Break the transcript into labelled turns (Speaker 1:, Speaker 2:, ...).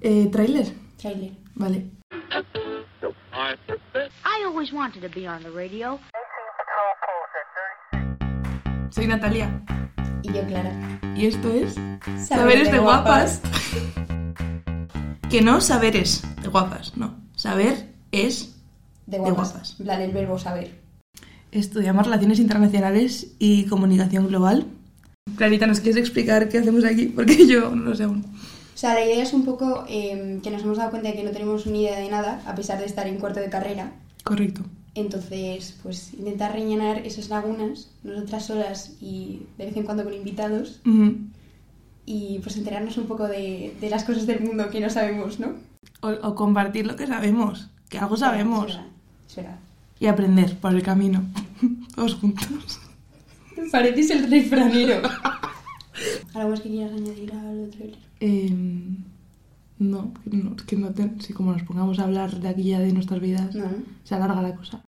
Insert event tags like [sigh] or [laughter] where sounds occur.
Speaker 1: Eh, ¿Trailer?
Speaker 2: Trailer.
Speaker 1: Vale.
Speaker 3: I always wanted to be on the radio.
Speaker 1: Soy Natalia
Speaker 2: Y yo, Clara.
Speaker 1: y esto es Saberes de Guapas. que no saberes de guapas, no. Saber es
Speaker 2: De guapas.
Speaker 1: guapas.
Speaker 2: En plan, el verbo saber.
Speaker 1: estudiamos relaciones internacionales y comunicación global. Clarita, ¿nos quieres explicar qué hacemos aquí? Porque yo no lo sé aún.
Speaker 2: O sea, la idea es un poco eh, que nos hemos dado cuenta de que no tenemos ni idea de nada, a pesar de estar en cuarto de carrera.
Speaker 1: Correcto.
Speaker 2: Entonces, pues intentar rellenar esas lagunas, nosotras solas y de vez en cuando con invitados,
Speaker 1: Ujú.
Speaker 2: y pues enterarnos un poco de, de las cosas del mundo que no sabemos, ¿no?
Speaker 1: O, o compartir lo que sabemos, que algo
Speaker 2: Es
Speaker 1: sabemos.
Speaker 2: verdad, es verdad.
Speaker 1: Y aprender por el camino. [laughs] Todos juntos.
Speaker 2: Pareces el refranero. ¿Algo más que quieras añadir al trailer?
Speaker 1: Eh, no, no, es que no te- si como nos pongamos a hablar de aquí ya de nuestras vidas,
Speaker 2: No, ¿no?
Speaker 1: se alarga la cosa.